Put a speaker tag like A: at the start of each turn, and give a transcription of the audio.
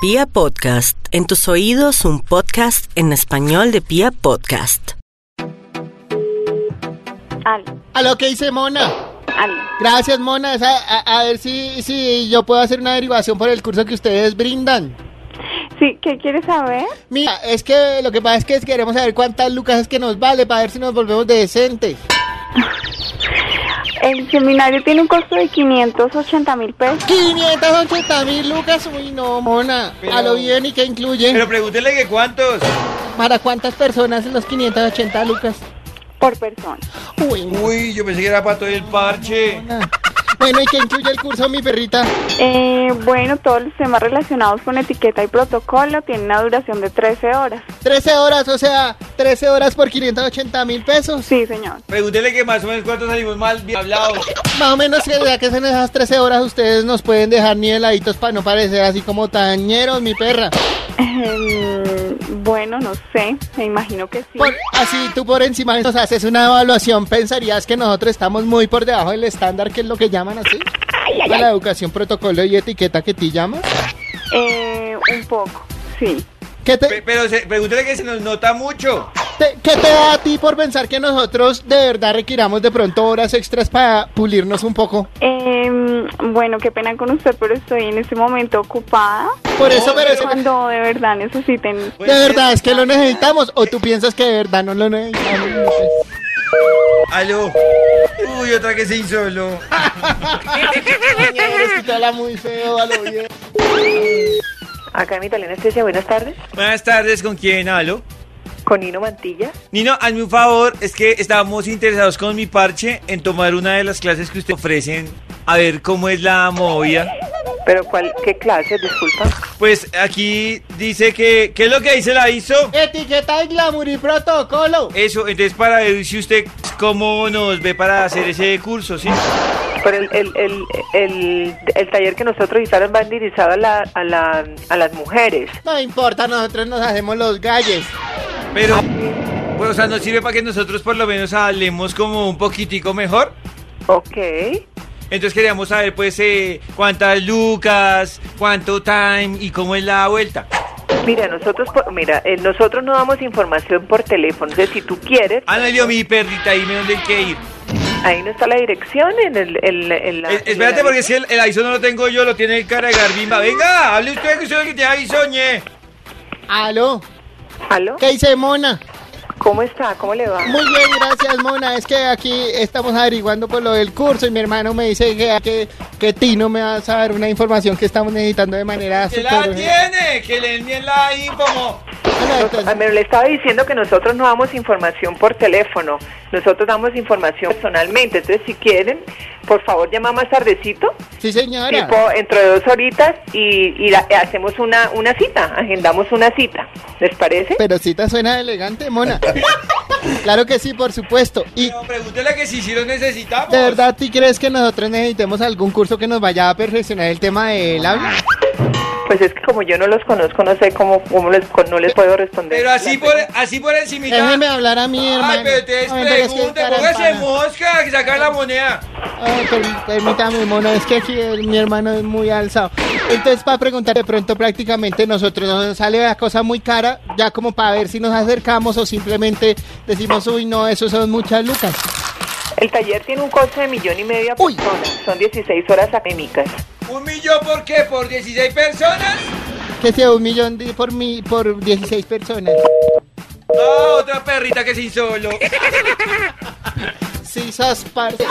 A: Pia Podcast, en tus oídos un podcast en español de Pia Podcast.
B: Al,
C: A lo que dice Mona.
B: al.
C: Gracias, Mona. Esa- A, a ver si, si yo puedo hacer una derivación por el curso que ustedes brindan.
B: Sí, ¿qué quieres saber?
C: Mira, es que lo que pasa es que queremos saber cuántas lucas es que nos vale para ver si nos volvemos decentes.
B: El seminario tiene un costo de 580 mil pesos.
C: 580 mil lucas, uy no, Mona. A lo bien y que incluye.
D: Pero pregúntele que cuántos.
C: ¿Para cuántas personas en los 580 lucas?
B: Por persona.
C: Uy, no,
D: Uy, yo pensé que era para todo el parche.
C: Mona. Bueno, ¿y que incluye el curso, mi perrita?
B: Eh, bueno, todos los temas relacionados con etiqueta y protocolo tienen una duración de 13 horas.
C: 13 horas, o sea, 13 horas por 580 mil pesos.
B: Sí, señor.
D: Pregúntele que más o menos cuántos salimos mal bien hablados.
C: Más o menos que ya que en esas 13 horas ustedes nos pueden dejar niveladitos para no parecer así como tañeros, mi perra.
B: Eh, bueno, no sé. Me imagino que sí.
C: Por- así tú por encima nos haces una evaluación, pensarías que nosotros estamos muy por debajo del estándar, que es lo que llaman así. Para la educación, protocolo y etiqueta que te llamas.
B: Eh, un poco. Sí.
C: ¿Qué
D: Pe-
C: te,
D: Pero se- pregúntele que se nos nota mucho.
C: te- qué te da a ti por pensar que nosotros de verdad requiramos de pronto horas extras para pulirnos un poco?
B: Eh, bueno, qué pena con usted, pero estoy en este momento ocupada.
C: Por eso, pero eso-
B: Cuando de verdad necesiten
C: de verdad es que lo necesitamos o tú piensas que de verdad no lo necesitamos.
D: Aló. Uy, otra que se insoló.
C: Señor, es que te habla muy feo a lo bien.
E: Acá en Italiana Estesia, buenas tardes.
D: Buenas tardes, ¿con quién hablo?
E: Con Nino Mantilla.
D: Nino, hazme un favor, es que estábamos interesados con mi parche en tomar una de las clases que ustedes ofrecen, a ver cómo es la movida.
E: Pero cuál, qué clase, disculpa.
D: Pues aquí dice que, ¿qué es lo que dice la ISO?
C: Etiqueta y glamour y protocolo.
D: Eso, entonces para ver si usted cómo nos ve para hacer ese curso, ¿sí?
E: Pero el, el, el, el, el taller que nosotros hicieron va dirigado a, la, a, la, a las mujeres.
C: No importa, nosotros nos hacemos los galles.
D: Pero, pues, o sea, ¿nos sirve para que nosotros por lo menos hablemos como un poquitico mejor?
E: Ok.
D: Entonces queríamos saber, pues, eh, cuántas lucas, cuánto time y cómo es la vuelta.
E: Mira, nosotros po- mira eh, nosotros no damos información por teléfono. Entonces, si tú quieres,
D: Ana Leo, mi perrita, dime dónde hay que ir.
E: ahí no está la dirección en el... En, la- en la-
D: Eh, espérate,
E: en la-
D: porque si el, el aviso no lo tengo yo, lo tiene el cara de Garbimba. Venga, hable usted que usted es el que tiene aviso, ñe.
C: Aló,
E: ¿Aló?
C: ¿qué dice Mona?
E: ¿Cómo está? ¿Cómo le va?
C: Muy bien, gracias Mona. Es que aquí estamos averiguando por lo del curso y mi hermano me dice que, que, que Tino me va a saber una información que estamos necesitando de manera
D: Que
C: súper
D: la
C: urgente.
D: tiene, que le envíen la info.
C: Bueno,
E: Ah,
C: entonces,
E: pero le estaba diciendo que nosotros no damos información por teléfono, nosotros damos información personalmente. Entonces, si quieren, por favor, llama más tardecito,
C: sí señora.
E: tipo entre dos horitas, y, y la- eh, hacemos una, una cita, agendamos una cita. ¿Les parece?
C: Pero sí te suena elegante, Mona. claro que sí, por supuesto. Y
D: Pero pregúntele que si sí lo necesitamos.
C: de verdad, ¿tú crees que nosotros necesitemos algún curso que nos vaya a perfeccionar el tema del habla?
E: Pues es que como yo no los conozco, no sé cómo, cómo les, con- no les puedo responder.
D: Pero así por, así por encimita.
C: Déjeme hablar a mí, hermano.
D: Ay, pero ustedes
C: Ay, pero es que
D: pregunten,
C: cara
D: póngase
C: empana.
D: mosca, que saca la moneda.
C: Ay, per- Ah, permítame, mono, es que aquí el- mi hermano es muy alzado. Entonces, para preguntar de pronto, prácticamente nosotros nos sale la cosa muy cara, ya como para ver si nos acercamos o simplemente decimos, uy, no, eso son muchas lucas.
E: El taller tiene un costo de millón y medio por
C: Uy.
E: persona, son 16 horas académicas.
D: ¿Un millón por qué? ¿Por 16 personas?
C: Que sea un millón de- por, mi, por 16 personas.
D: Ah, otra perrita que se solo.
C: Sí, sas, parce.